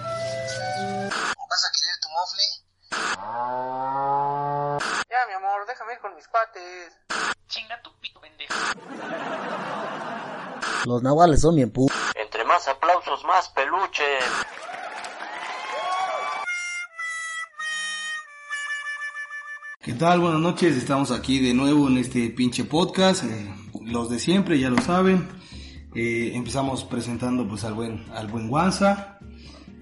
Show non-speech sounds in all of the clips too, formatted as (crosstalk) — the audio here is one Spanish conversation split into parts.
¿Vas a querer tu mofle? Ya, mi amor, déjame ir con mis pates. Chinga tu pito, pendejo. Los nahuales son bien pu... Entre más aplausos, más peluche. ¿Qué tal? Buenas noches, estamos aquí de nuevo en este pinche podcast, eh, los de siempre ya lo saben. Eh, empezamos presentando pues al buen al buen Guanza.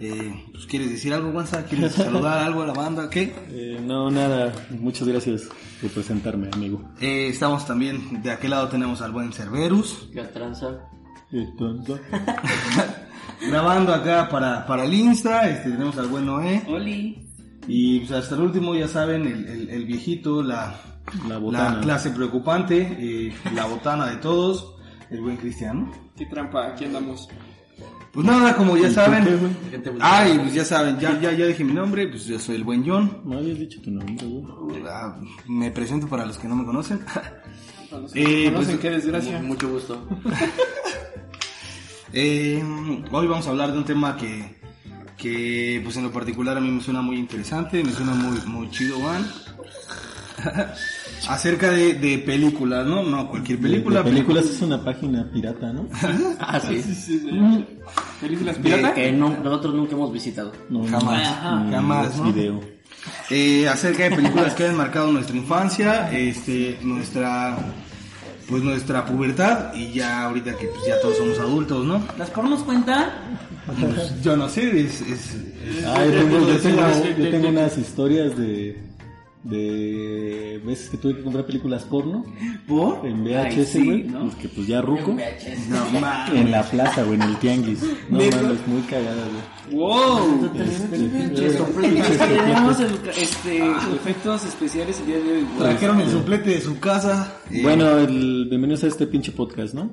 Eh, pues, ¿Quieres decir algo, Guanza? ¿Quieres saludar algo a la banda? ¿Qué? Eh, no, nada. Muchas gracias por presentarme, amigo. Eh, estamos también, de aquel lado tenemos al buen Cerberus, Gastranza. grabando acá para, para el Insta, este, tenemos al buen Noé. Oli. Y pues, hasta el último, ya saben, el, el- el viejito, la, La botana. la clase preocupante, eh, la botana de todos, el buen Cristiano. Qué trampa, aquí andamos. Pues nada, como ya qué, saben. güey? Ay, pues ya saben, ya, ya, ya dije mi nombre, pues yo soy el buen John. No habías dicho tu nombre, güey. Ah, Me presento para los que no me conocen. Eh, pues- qué desgracia. Mucho gusto. (laughs) Eh, hoy vamos a hablar de un tema que, que, pues en lo particular a mí me suena muy interesante, me suena muy, muy chido, Juan. (laughs) Acerca de, de películas, ¿no? No, cualquier película. De películas es una página pirata, ¿no? Ah, sí. Películas pirata. De que no- nosotros nunca hemos visitado. No, Jamás, no, ni jamás, es ¿no? video. Eh, acerca de películas que han marcado nuestra infancia, este, nuestra, pues nuestra pubertad y ya ahorita que pues, ya todos somos adultos, ¿no? ¿Las pornos cuenta? Pues, yo no sé, es, es- es- Ah, yo tengo, yo tengo, sí, yo sí, tengo sí. unas historias de... De veces que tuve que comprar películas porno ¿por? en Ay, VHS, sí, güey, ¿no? pues que pues ya ruco No mames. en la plaza, güey, en el tianguis. No mames, muy cagada, güey. Wow. Tenemos educa- este. Efectos especiales el día de hoy. güey. Trajeron el suplete de su casa. eh, Bueno, el, bienvenidos a este pinche podcast, ¿no?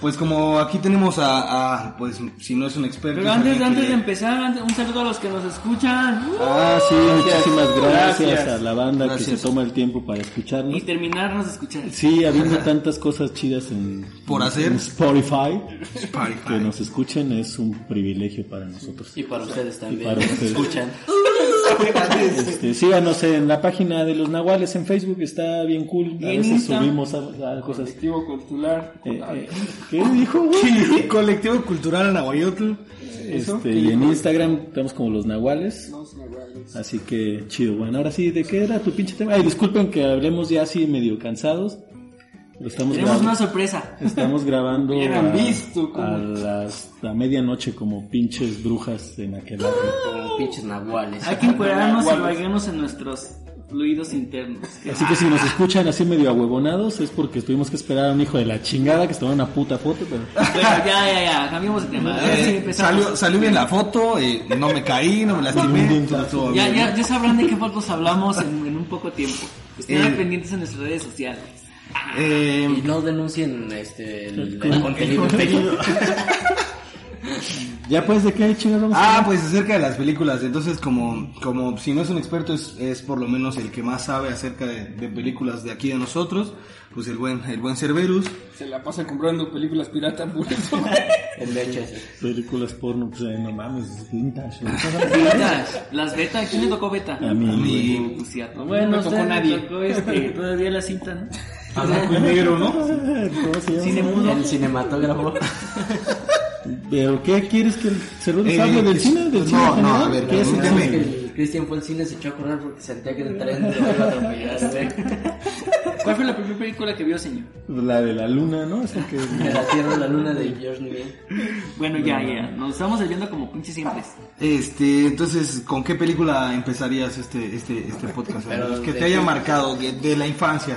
Pues como aquí tenemos a, a, pues si no es un experto. Pero es antes, alguien antes que- de empezar, antes- un saludo a los que nos escuchan. Uh, Ah, sí, muchísimas gracias, Gracias. a la banda que Gracias. se toma el tiempo para Y escucharnos. terminarnos de escuchar. Sí, habiendo tantas cosas chidas en, Por hacer. en Spotify, Spotify. que nos escuchen es un privilegio para nosotros. Y para ustedes también. para nos ustedes. Escuchan. Este, síganos en la página de los Nahuales en Facebook, está bien cool. A en veces Insta. subimos a- a cosas. Colectivo cultural. Eh, eh, ¿Qué dijo, güey? Colectivo Cultural Anahuayotl. Eh, Este, y en Instagram estamos como los Nahuales. Los nahuales. Así que chido, bueno, ahora sí, ¿de qué era tu pinche tema? Ay, disculpen que hablemos ya así medio cansados. Pero estamos Tenemos grabando, una sorpresa. estamos grabando (laughs) Hubieran a, visto cómo- a las a medianoche como pinches brujas en aquel arco. Como pinches nahuales. Hay que encuadrarnos y bañarnos en nuestros fluidos internos. Así que si nos escuchan así medio ahuevonados es porque tuvimos que esperar a un hijo de la chingada que se tomó una puta foto, pero ya, ya, ya, cambiamos de tema. Ahora sí, empezamos. Eh, salió, salió bien la foto, eh, no me caí, no me lastimé. estuvo Ya, bien. ya, ya sabrán de qué fotos hablamos en, en un poco tiempo. Estén Eh. pendientes en nuestras redes sociales. Eh, Y no denuncien este, el, Con- el contenido. ya pues de qué chingados vamos a Ah, hablar? pues acerca de las películas. Entonces, como, como si no es un experto, es, es por lo menos el que más sabe acerca de, de películas de aquí de nosotros. Pues el buen, el buen Cerberus. Se la pasa comprando películas pirata por eso. El VHS. películas porno, pues eh, no mames, vintage. ¿no? (laughs) Betas, las beta, ¿a quién le tocó beta? A mí, güey. Pues sí, a todos. Bueno, No a usted le tocó (laughs) este, todavía la cinta, ¿no? (laughs) Blanco y negro, ¿no? ¿Cómo se llama? El cinematógrafo. ¿Pero qué quieres que el cerebro Eh, hable del cine? ¿Del no, cine no, en general? a ver, ¿Qué es el permíteme. cine? El Cristian fue al cine, se echó a correr porque sentía que el tren lo iba a atropellar, güey. ¿Cuál fue la primera película que vio, señor? Pues La de la luna, ¿no? Esa que... De la tierra a la luna de George Nivel. Bueno, ya, ya, nos estamos saliendo como pinches siempre. Este, entonces, ¿con qué película empezarías este, este, este podcast? Pero que de te haya qué- marcado de, de la infancia,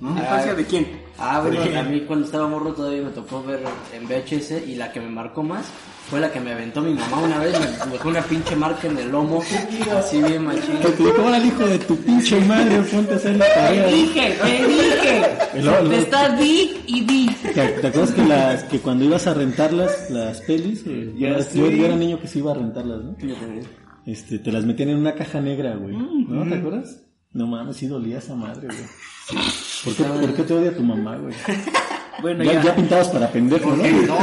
¿no? ¿Infancia de quién? Ah, bueno, a mí cuando estaba morro todavía me tocó ver en VHS y la que me marcó más fue la que me aventó mi mamá una vez, me dejó una pinche marca en el lomo, así bien machín. Te tocó al hijo de tu pinche madre, ponte a hacer la tarea. dije, te dije, El lomo. te estás di y di. ¿Te, te acuerdas que, las, que cuando ibas a rentarlas, las pelis? eh, yo, era- yo- yo era niño que sí iba a rentarlas, ¿no? Yo también. Este, te las metían en una caja negra, güey. ¿No? ¿Te acuerdas? No mames, sí dolía esa madre, güey. ¿Por qué, por qué te odia tu mamá, güey? Bueno, Ya, ya. ya pintabas para pendejo, ¿no? No,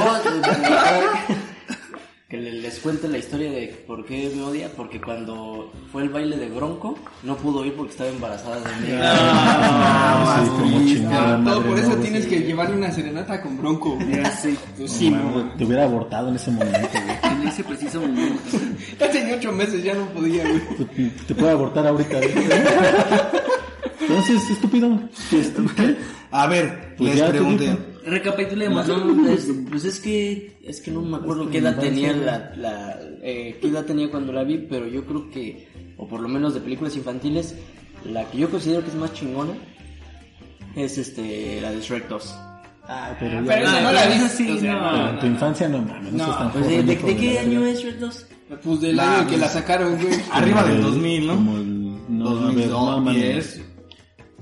que le- les cuente la historia de por qué me odia, porque cuando fue el baile de Bronco no pudo ir porque estaba embarazada de mí. Ah, sí, como chingada Ah, todo madre, por eso no, güey. tienes que llevarle una serenata con (laughs) bronco. güey. Pues sí, Mamá, güey, mamá. Te hubiera abortado en ese momento, güey. En ese preciso momento. Ya tenía ocho meses, ya no podía, güey. Te, te puede abortar ahorita. güey. Entonces, estúpido. este, ¿qué? A ver, Pues ya les te pregunté. dijo. Recapitulemos, ¿no? Es- pues es que, es que no me acuerdo qué edad tenía la, la eh, qué edad tenía cuando la vi, pero yo creo que, o por lo menos de películas infantiles, la que yo considero que es más chingona es este la de Shrek 2. Ah, pero ya. Pero esa no la viste, o sea, Pero en tu infancia no mames, no, No, seas tan Pues, joven, ¿de, de- hijo de qué la año verga. es Shrek 2? Pues del Nah, año que pues. la sacaron, güey. Arriba Como del el- 2000, ¿no? Como el, no, 2002, a ver, no, mano, 10.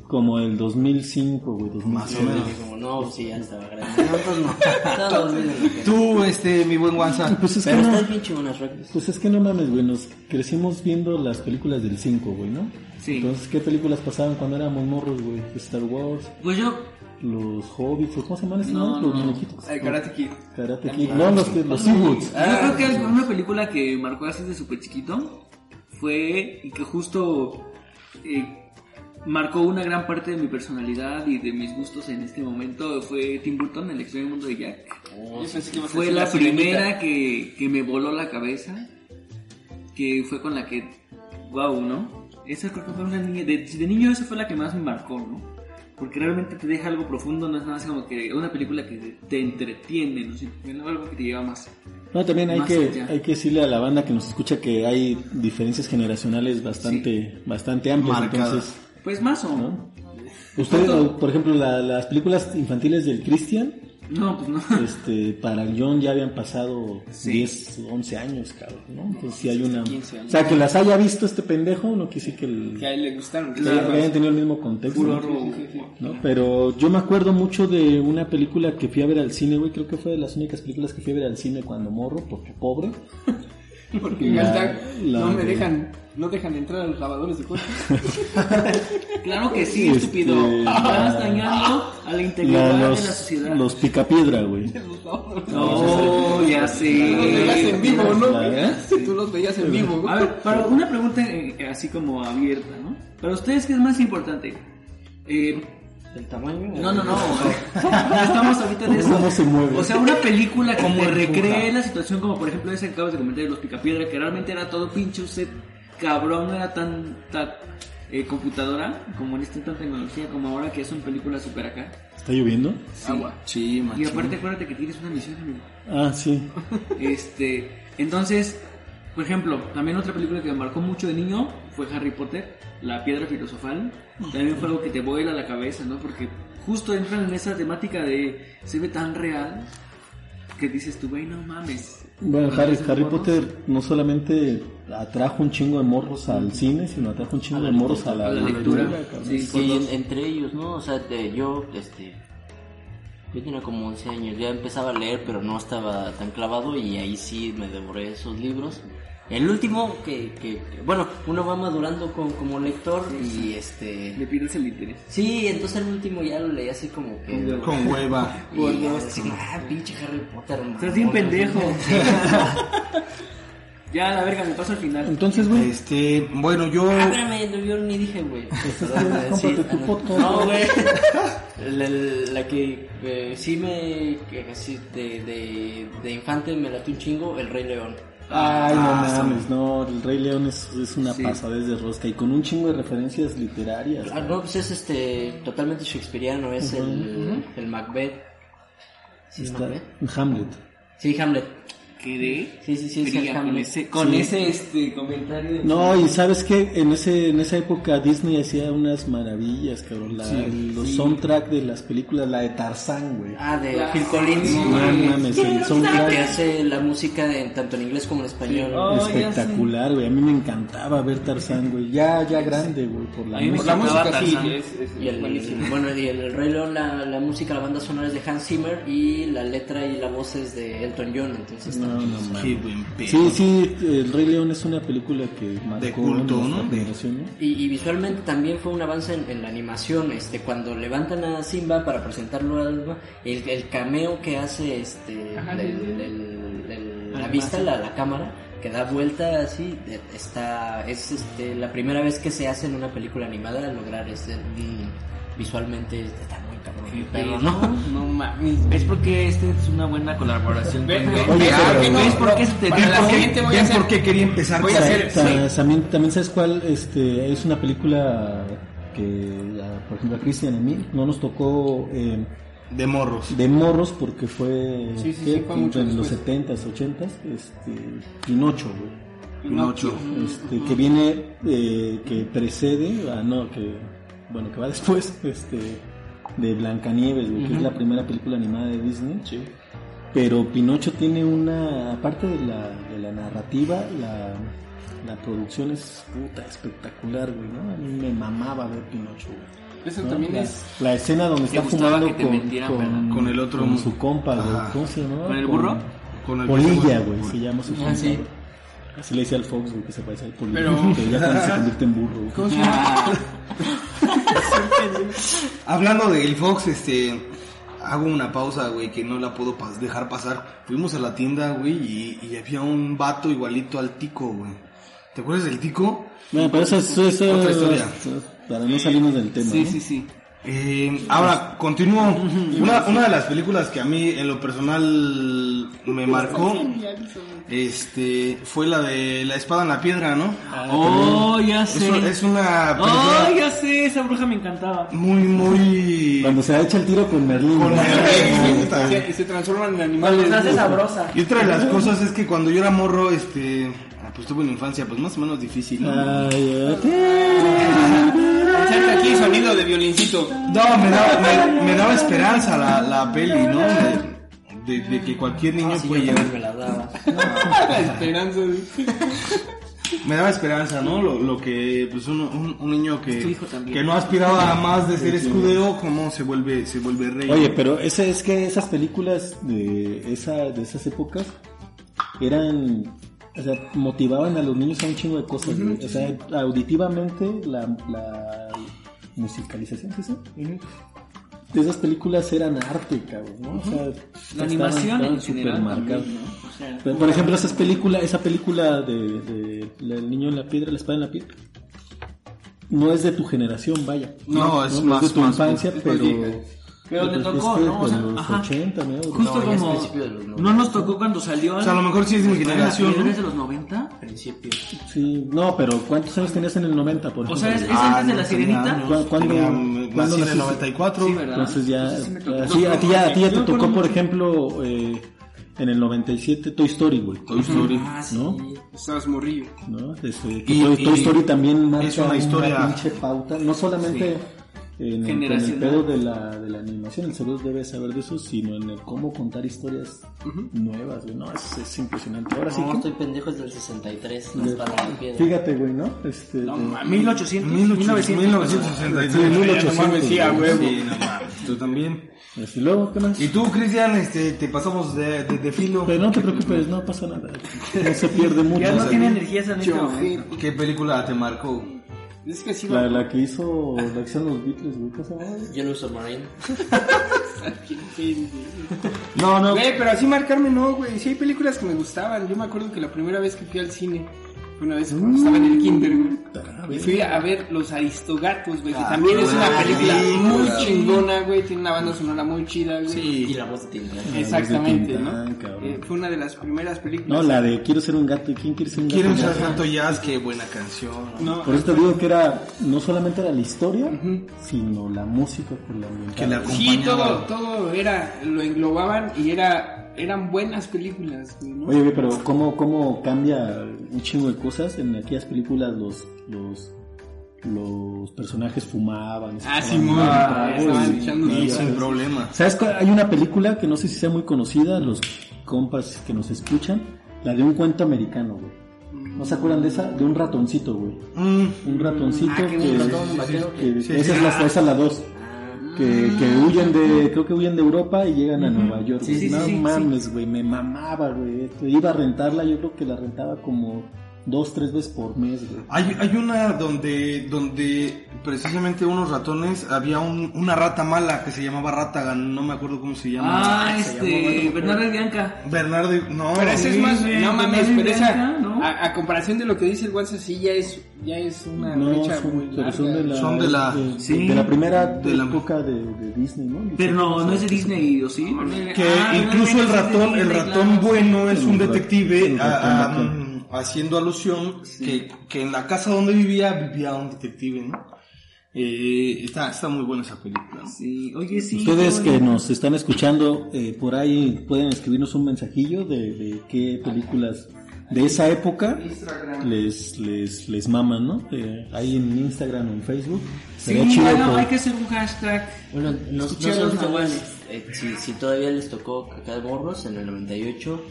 Como el 2005, güey, 2006. Más o menos. Como, no, sí, ya estaba grande. No, entonces no. No, olvídenlo que no. Tú, este, mi buen Guanza. Pues es que Pero no, estás bien chingona, Shrek. pues es que no mames, güey, nos crecimos viendo las películas del 5, güey, ¿no? Sí. Entonces, ¿qué películas pasaban cuando éramos morros, güey? Star Wars, Pues yo. los Hobbits, ¿cómo se llaman esos? No, no? Los no. muñequitos. Ay, Karate Kid. Karate Kid. No, los, que- los Ewoks. Ah, Yo creo que es una película que marcó así de súper chiquito fue y que justo eh, marcó una gran parte de mi personalidad y de mis gustos en este momento fue Tim Burton, El extraño mundo de Jack. Yo Oh, pensé que ibas a Fue decir la sirenita. primera que, que me voló la cabeza, que fue con la que, wow, ¿no? Esa creo que fue una niña, de, de niño esa fue la que más me marcó, ¿no? Porque realmente te deja algo profundo, no es nada más como que una película que te entretiene, ¿no? Sí, no, algo que te lleva más. No, también hay Más que, allá. hay que decirle a la banda que nos escucha que hay diferencias generacionales bastante, bastante amplias. Marcadas. Entonces, Pues más o ¿no? Ustedes, Justo. o, por ejemplo, la- las películas infantiles del Christian, No, pues no. este, para John ya habían pasado Sí. 10, 11 años, cabrón, ¿no? Entonces, si hay una. 15 años. O sea, que las haya visto este pendejo, no quise que, el- (laughs) Que a él le gustaron. que hayan tenido el mismo contexto. Puro ¿no? robo. ¿no? Pero yo me acuerdo mucho de una película que fui a ver al cine, güey. Creo que fue de las únicas películas que fui a ver al cine cuando morro, porque pobre. (laughs) Porque La- hashtag, la- no me dejan, no dejan entrar a los lavadores de coches. Claro que sí, Este, estúpido. Estás dañando a la integridad La- de la los, sociedad. los picapiedra, güey. No, ya sé. Los veías en vivo, ¿no? La verdad, Tú los veías en vivo, güey. A ver, para una pregunta eh, así como abierta, ¿no? Para ustedes, ¿qué es más importante? Eh, ¿El tamaño? no, no, no. No estamos ahorita de eso. ¿Cómo se mueve? O sea, una película que te recree la situación, como por ejemplo esa que acabas de comentar de los Picapiedra, que realmente era todo pinche set cabrón, no era tanta eh, computadora como en esta tanta tecnología como ahora que son películas super acá. ¿Está lloviendo? Agua. Sí, Y machín. aparte, acuérdate que tienes una misión, amigo. Ah, sí. Este, entonces, por ejemplo, también otra película que me marcó mucho de niño fue Harry Potter, La Piedra Filosofal. También fue algo que te vuela la cabeza, ¿no? Porque justo entran en esa temática de se ve tan real que dices tú, güey, no mames. Bueno, Harry, ¿Los Harry morros? Potter no solamente atrajo un chingo de morros al cine, sino atrajo un chingo de morros a la, A la lectura. cabrón. Sí, Sí, en- entre ellos, ¿no? O sea, te- yo, este, yo tenía como 11 años, ya empezaba a leer, pero no estaba tan clavado y ahí sí me devoré esos libros. El último que, que bueno, uno va madurando con- como lector y le este... pierdes el interés. Sí, entonces el último ya lo leí así como que... Con hueva. Y ya ves así, ah, pinche Harry Potter. Estás bien mamón". (laughs) pendejo. (laughs) ya, la verga, me paso al final. Entonces, güey, Este, bueno, yo. Ah, espérame, no, yo ni dije, güey. (laughs) cómprate Sí, tu ah, no. podcast. No, güey. (laughs) La, la que eh, sí me. que sí, de, de, de infante me late un chingo, el Rey León. Ay, no Ah, sí. mames, no, el Rey León es, es una pasadez de rosca y con un chingo de referencias literarias. Ah, no, pues es este. totalmente shakespeariano, es el, el Macbeth. ¿Sí, es Está- Macbeth? Hamlet. Sí, Hamlet. quedé Sí, sí, sí, es fría con Hamlet. ese, Con sí. ese este, comentario. de- No, y sabes que en ese en esa época Disney hacía unas maravillas, cabrón. La, los soundtrack de las películas, la de Tarzán, güey. Ah, de Phil Collins. No mames, el Que soundtrack hace la música de- tanto en inglés como en español. Oh, ya sé. espectacular, güey. A mí me encantaba ver Tarzán, güey. Ya, ya grande, güey, por la A mí me música. La encantaba música sí, Tarzán. es, es Y el, buenísimo. bueno, y el Rey León, la, la música, la banda sonora es de Hans Zimmer y la letra y la voz es de Elton John. Entonces, No, no mames. Qué buen pedo. Sí, sí, El Rey León es una película que marcó De culto, nuestra ¿no? De- generación, ¿eh? ¿no? Y, y visualmente también fue un avance en, en la animación. Este, cuando levantan a Simba para presentarlo a Alba, el, el cameo que hace este, Ajá, del- sí, sí. del- del- la Animación. vista, la, la cámara, que da vuelta así, de- está, es este, la primera vez que se hace en una película animada lograr este, mm, visualmente está muy cabrón. Sí, pero pero no. (laughs) No mames. ¿Ves por qué esta es una buena colaboración Ve, con ve, Don? ve, ah, ¿Ves ve, no, por qué se te para dio la por- siguiente voy a hacer- ¿Por qué quería empezar? Voy a con- hacer- Ta- sí. También, también sabes cuál este, es una película que, a- por ejemplo, a Cristian y a mí no nos tocó eh, De morros. de morros porque fue, Sí, sí, ¿qué? sí, fue mucho en los después. 70s, 80s, este, Pinocho, güey. Pinocho. Este, que viene, eh, que precede, ah, no, que, bueno, que va (laughs) después, este, de Blancanieves, güey, que es la primera película animada de Disney. Pero Pinocho tiene una, aparte de la, de la narrativa, la, la producción es puta, espectacular, güey, ¿no? A mí me mamaba ver Pinocho, güey. Eso ¿no? también la, es. la escena donde Te está gustaba fumando que te con, mentieran, ¿verdad? Con el otro- con su compa, güey. Ajá. ¿Cómo se llamaba? ¿Con el burro? Con el Polilla, güey, se llama su Ah, compa. sí. güey. Así le decía al Fox, güey, que se parece al polilla. (laughs) Pero- Pero ya cuando se convierte en burro, güey. ¿Cómo se llama? Hablando del Fox, este. Hago una pausa, güey, que no la puedo pas- dejar pasar. Fuimos a la tienda, güey, y, y había un vato igualito al tico, güey. ¿Te acuerdas del tico? Bueno, pero eso es... eso- Otra historia. Para no salirnos del tema, Sí, ¿no? sí, sí. Eh, ahora, continúo. Una, una de las películas que a mí en lo personal me marcó este, fue la de La espada en la piedra, ¿no? Ah, Oh, ya Es, sé. un- es una Oh, película ya sé. Esa bruja me encantaba. muy, muy... Cuando se echa el tiro con Merlín. (laughs) Con ¿no? Merlín, puta. Se, se transforman en animales. sabrosa. Y otra de las cosas es que cuando yo era morro, este... ah, Pues tuve una infancia, pues más o menos difícil. No, Ah. Ay, ay. Saca aquí sonido de violincito. No, me daba, me, me daba esperanza la, la peli, ¿no? De, de- de que cualquier niño Ah, Sí, Pues puede yo llegar también me la daba. ¿Ah, La esperanza. güey. Me daba esperanza, ¿no? Lo, lo que, pues, un, un, un niño que, tu hijo también. que no aspiraba a más de ser escudero, ¿cómo se vuelve, se vuelve rey? Oye, pero ese, es que esas películas de, esa, de esas épocas eran... O sea, motivaban a los niños a un chingo de cosas, güey. O sea, auditivamente la, la musicalización, ¿sí? De esas películas eran arte, cabrón, ¿no? O sea, La estaban- animación estaban en general. supermarcadas, también, ¿no? ¿no? O sea, Pero, Por ejemplo, esas películas, esa película de, de la- El niño en la piedra, la espada en la piedra, no es de tu generación, vaya. No, es más- de tu más- infancia, es pero, más vieja. Pero te es tocó, de- ¿no? O de sea, los ajá. 80, ¿no? Justo No, ya es como. principio de los noventa. no nos tocó cuando salió. o sea, a lo mejor sí es de mi generación, ¿Eres de ¿no? los 90? Principio. Sí, no, pero ¿cuántos años tenías en el 90, por O ejemplo? sea, es, es Ah, antes de la no, sirenita. tenía- ¿Cu- cuándo- tenía- cuándo nací en naciste? el 94. Sí, ¿verdad? Entonces ya, ah, Entonces sí me tocó. sí, a ti ya, a ti ya te tocó, por ejemplo, eh, en el 97 Toy Story, güey. Toy Story. Ah, sí. ¿No? Estabas morrillo. ¿no? Este, Y- que Toy, y Toy Story también marca es una historia- pinche pauta, no solamente en, el, con el Generacional. pedo de la, de la animación, el seguro debe saber de eso, sino en el cómo contar historias nuevas, güey, no, es, es impresionante. Ahora sí No, que... estoy pendejo, es del 63, la de- espada de piedra. Fíjate, güey, ¿no? Este, de- 1800, 1900. 1963. No mames, sí, a huevo. Sí, no mames, Tú también. este, luego, ¿qué más? Y tú, Cristian, este, te pasamos de, de, de filo. Pero no te preocupes, no pasa nada. No se pierde mucho. Ya no tiene energía este esa neta. Yo, güey. ¿Qué película te marcó? Es que sí, La, güey. la que hizo, la que hicieron los Beatles, güey, ¿qué se llama? Yellow Submarine. No, no. Güey, pero así marcarme no, güey. Sí hay películas que me gustaban. Yo me acuerdo que la primera vez que fui al cine fue una vez cuando estaba en el kinder, Ah, güey. Y fui a ver Los Aristogatos, güey, que también es una güey, película sí, muy güey. chingona, güey. Tiene una banda sonora muy chida, güey. Y la voz de Tintán. Exactamente, La voz de ¿no? Tintán, cabrón. Eh, fue una de las primeras películas. No, la de Quiero ser un gato. ¿Quién quiere ser un gato? Quiero un Ya. sargento jazz, qué buena canción. No, Por eso te digo que era, no solamente era la historia, sino la música por la Que la- Sí, acompañaba. todo, todo era, lo englobaban y era eran buenas películas, güey, ¿no? Oye, güey, pero ¿cómo, ¿cómo cambia un chingo de cosas? En aquellas películas los, los, los personajes fumaban. se Ah, echaban Simón, tragos, estaban y- echando y- drogas. Sin problema. ¿Sabes cuál? Hay una película que no sé si sea muy conocida, los compas que nos escuchan, la de un cuento americano, güey. ¿No se acuerdan de esa? De un ratoncito, güey. Mm, Un ratoncito Ah, que que... un ratón vaquero que- que- esa, es la, esa es la dos. Ah, Que, que huyen de, creo que huyen de Europa y llegan a Nueva York. Sí, sí, güey. no sí, sí. mames, güey, me mamaba, güey. Iba a rentarla, yo creo que la rentaba como dos, tres veces por mes, güey. Hay, hay una donde, donde precisamente unos ratones, había un- una rata mala que se llamaba Ratagan, no me acuerdo cómo se llama. Ah, este. Bernardo y Bianca. Bernardo, no, Pero esa es más, güey, no mames, también pero esa, blanca, ¿no? a, a comparación de lo que dice el Guanza, sí, ya es, ya es una No, brecha son, muy pero larga. son de la, Son de la- de, sí. de la primera De la- época de, de Disney, ¿no? Pero no, no es de Disney, ¿o sí? que Ah, incluso no, el no, no, no, ratón, no, el no, ratón claro. bueno es un El rat- detective el ratón ah, ah, vaquero. mm, haciendo alusión que, que en la casa donde vivía vivía un detective, ¿no? Eh, está, está muy buena esa película. ¿no? Sí, oye, sí. Ustedes qué que bueno. nos están escuchando eh, por ahí pueden escribirnos un mensajillo de, de qué películas de esa época les les les maman, ¿no? Eh, ahí en Instagram o en Facebook. Sería Sí, chido bueno, que- hay que hacer un hashtag. Bueno, nos, Escuchar nosotros los también, nahuales. eh, si, si todavía les tocó acá de morros, en el 98,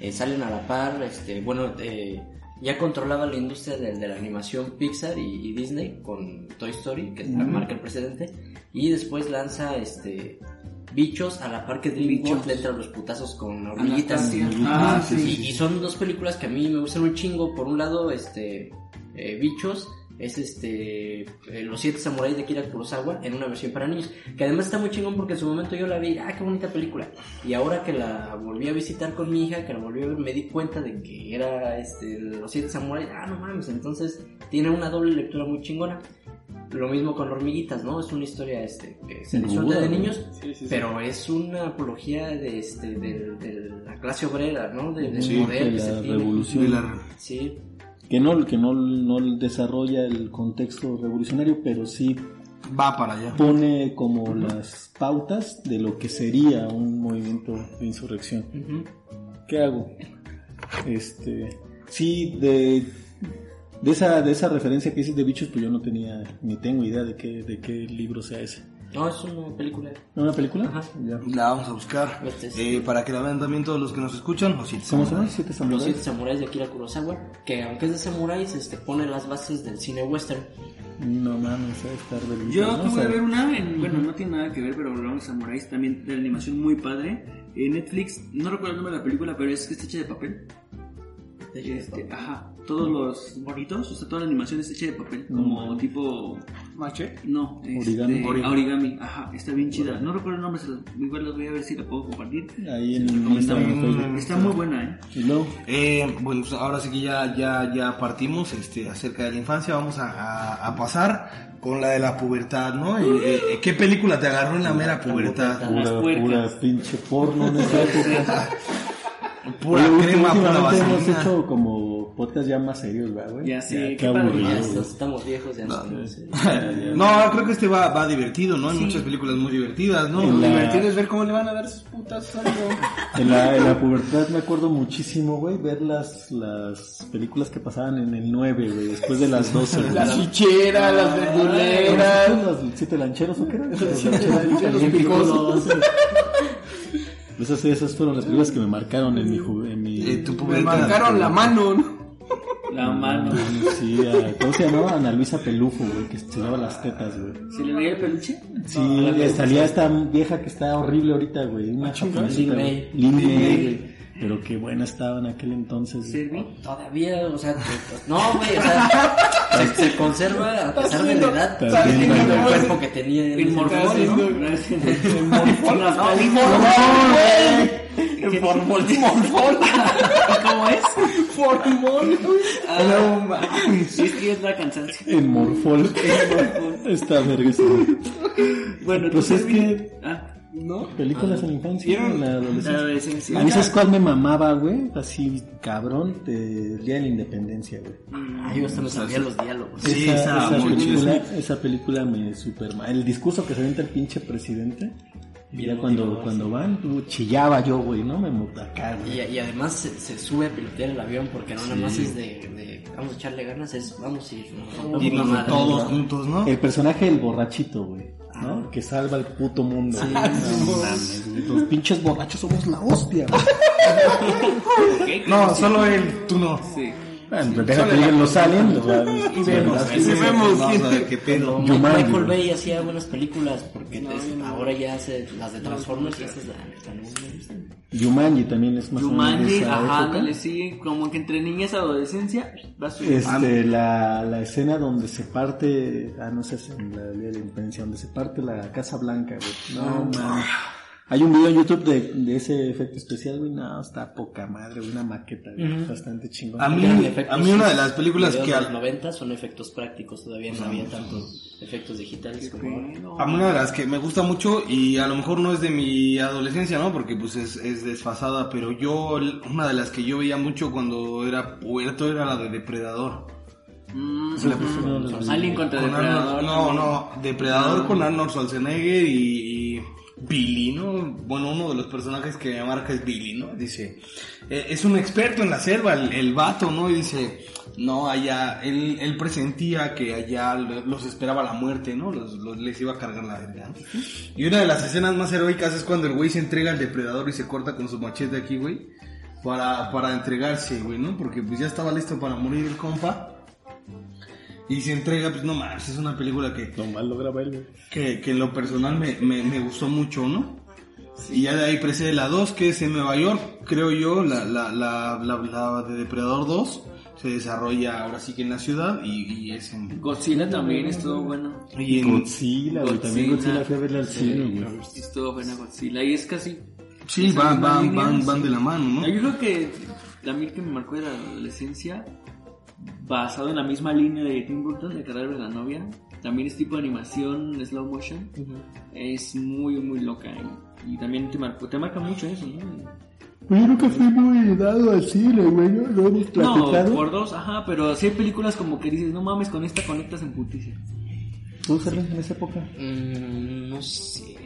eh, salen a la par, este, bueno, eh, ya controlaba la industria de, de la animación Pixar y, y Disney con Toy Story, que marca el precedente, y después lanza este bichos a la par que DreamWorks Bichos. le entra los putazos con hormiguitas Anastasia. y, Ah, sí, y- y son dos películas que a mí me gustan un chingo por un lado este eh, bichos es este eh, los siete samuráis de Akira Kurosawa en una versión para niños que además está muy chingón porque en su momento yo la vi ah qué bonita película y ahora que la volví a visitar con mi hija que la volví a ver me di cuenta de que era este los siete samuráis ah no mames entonces tiene una doble lectura muy chingona lo mismo con hormiguitas no es una historia este que se disfruta de Dura, ¿no? niños Sí, sí, sí. pero es una apología de, este, de, de la clase obrera, ¿no? De, del Sí, poder de que la se tiene. revolución Sí, que no que no no desarrolla el contexto revolucionario, pero sí Va para allá. pone como las pautas de lo que sería un movimiento de insurrección. Ujú. ¿Qué hago? Este, sí, de, de esa de esa referencia que dices de bichos, pues yo no tenía ni tengo idea de qué de qué libro sea ese. No, es una película. ¿No una película? Ajá. Ya. La vamos a buscar. Este es- Eh, para que la vean también todos los que nos escuchan. o si- ¿Cómo se llama? Siete Los siete samuráis. samuráis de Akira Kurosawa, que aunque es de samuráis, este, pone las bases del cine western. No mames, a estar del Yo ¿no? acabo O sea, de ver una, en- bueno, no tiene nada que ver, pero hablamos de samuráis, también de animación muy padre. En Netflix, no recuerdo el nombre de la película, pero es que está hecha de papel. Este, ajá, todos los bonitos, o sea, toda la animación es hecha de papel, como tipo... ¿Mache? No, Origami. este, Origami. origami, ajá, está bien chida. No recuerdo el nombre, se las- igual las voy a ver si la puedo compartir. Ahí en Está, Instagram, en Facebook. está muy buena, ¿eh? Y luego, Eh, bueno, pues ahora sí que ya, ya, ya partimos este, acerca de la infancia. Vamos a, a- a pasar con la de la pubertad, ¿no? Eh, eh, ¿Qué película te agarró en la mera pubertad? Las pura, puercas. pura pinche porno en esa época. Pura Oye, crema, pura últimamente hemos vaselina. hecho como podcast ya más serios, ¿verdad, güey? Ya sé, qué qué padre. aburrido. Ya güey. está- estamos viejos, ya no, no sé. (laughs) No, creo que este va, va divertido, ¿no? Hay muchas películas muy divertidas, ¿no? En Lo la- divertido es ver cómo le van a dar sus putas algo. (laughs) En la, en la pubertad me acuerdo muchísimo, güey, ver las, las películas que pasaban en el 9, güey, después de las 12. güey. Las ficheras, las verduleras. ¿Los siete lancheros o qué? eran? Los Los picosos. (laughs) Esas, esas fueron las películas que me marcaron en mi juventud. En mi... Eh, tu Me pubertad. marcaron la mano, ¿no? La mano. Sí, a- ¿cómo se llamaba? Ana Luisa Pelufo, güey, que se llevaba las tetas, güey. ¿Se le veía el peluche? Sí, le salía esta vieja que está horrible ahorita, güey. Una Lin japonesita, güey. May. Ah, Lin May, güey. Pero qué buena estaba en aquel entonces. güey. ¿Servi? Todavía, o sea, te- no, güey, o (laughs) sea, se, se conserva a pesar de la edad, Está el haciendo cuerpo que tenía. en En ese Morfol, entonces. ¿no? En Morfol. Las palizas. En Morfol. ¿Cómo es? Formol. No mames. Ah. Es que es la cansancio. En Morfol. (laughs) Está verga. esa, güey. Bueno, Pues es Servi? que- Ah, ¿No? Películas en la infancia, en la la adolescencia. A adolescencia. mí, ¿sabes cuál me mamaba, güey? Así, cabrón, de Día de la Independencia, güey. Ay, yo hasta me sabía los diálogos. Sí, esa, muy chida. película, esa película me super El discurso que se avienta el pinche presidente Mira, cuando, cuando van, tú chillaba yo, güey, ¿no? Me mutacá, Y, güey. y además se, se sube a pilotear el avión porque no nada más es de, de vamos a echarle ganas, es vamos a ir. ¿no? Y Vamos a nos- madre. todos juntos, ¿no? El personaje del borrachito, güey. ¿no? Que salva el puto mundo. güey. No mames, güey. Los pinches borrachos somos la hostia, güey. No, solo él, tú no. Sí. Bueno, pero deja que lleguen los aliens. los aliens. Y vemos, Sí, y sí, vemos. Vamos a ver qué (laughs) pedo. Ma- Jumanji, Michael güey. Bay hacía buenas películas porque es- ahora ya hace las de Transformers y esas de- también me gustan. Yumanji también es más o menos de Yumanji, esa ajá, época. ándale, sí, como que entre niñez y adolescencia, va subiendo. Este, la, la escena donde se parte, ah, no sé, es en la ley de la independencia, donde se parte la Casa Blanca, güey. No, Ah, mames. Hay un video en YouTube de, de ese efecto especial, güey. No, está poca madre, una maqueta, güey, bastante chingón. A mí, Eran efectos- a mí una de las películas videos que... de los al- 90 son efectos prácticos, todavía no había tantos efectos digitales como ahora. A mí una de las que me gusta mucho y a lo mejor no es de mi adolescencia, ¿no? Porque pues es, es desfasada, pero yo, una de las que yo veía mucho cuando era puerto era la de Depredador. Mm, La prefiero. Alien contra Con Arnold- Depredador. no, no, Depredador con Arnold Schwarzenegger y, y Billy, ¿no? Bueno, uno de los personajes que me marca es Billy, ¿no? Dice, eh, es un experto en la selva, el, el vato, ¿no? Y dice, no, allá, él, él presentía que allá lo- los esperaba la muerte, ¿no? Los, los- les iba a cargar la verga. ¿no? Y una de las escenas más heroicas es cuando el güey se entrega al depredador y se corta con su machete aquí, güey. Para, para entregarse, güey, ¿no? Porque pues ya estaba listo para morir el compa. Y se entrega, pues no mames, es una película que, Nomás logra verlo. que, que en lo personal me, me, me gustó mucho, ¿no? Y ya de ahí precede la 2, que es en Nueva York, creo yo, la, la, la, la, la de Depredador 2. Se desarrolla ahora sí que en la ciudad y, y es en... Godzilla también estuvo bueno. y en- Godzilla, güey. También Godzilla. Godzilla fue a verla al cine, güey. Sí, Estuvo buena Godzilla. Y es casi. sí, van, van, van, van de la mano, ¿no? Yo creo que la mil que me marcó era la adolescencia, basado en la misma línea de Tim Burton, de Cadáver de la novia. También es tipo de animación, slow motion. Es muy, muy loca. y- Y, también te, marcó, te marca mucho eso, ¿no? Yo nunca fui muy dado al cine, güey. No lo hemos No, platicado. por dos, ajá, pero sí hay películas como que dices, no mames, con esta conectas en puticia. ¿Tú, Ferran, en esa época? Mm, no sé.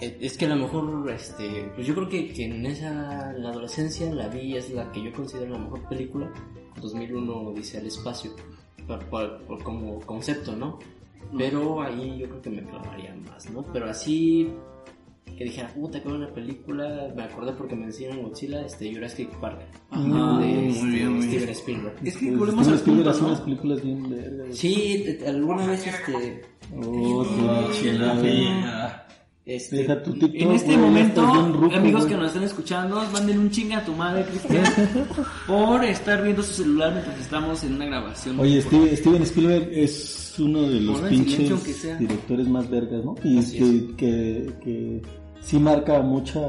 Eh, Es que a lo mejor, este, pues yo creo que, que en esa, en la adolescencia, la vi, es la que yo considero la mejor película. 2001 dice al espacio, por, por- por como concepto, ¿no? Pero ahí yo creo que me clavaría más, ¿no? Pero así, que dijera, puta, qué buena película, me acordé porque me decían Godzilla, este, Jurassic Park. Ajá, de Ah, muy este, bien, muy Steven bien. Spielberg. Es que Pues, volvemos al las películas punto, son ¿no? las películas bien vergas. Sí, te- te- alguna vez, este, Oh, Otra chela. este, Deja tu TikTok, En este güey, ya momento, estás bien ruco, amigos güey. que nos están escuchando, manden un chinga a tu madre, (laughs) Cristian, por estar viendo su celular mientras estamos en una grabación. Oye, Steve- Steven Spielberg es uno de los Ponlo en silencio, aunque sea. pinches directores más vergas, ¿no? Y Así que, que, que sí marca mucha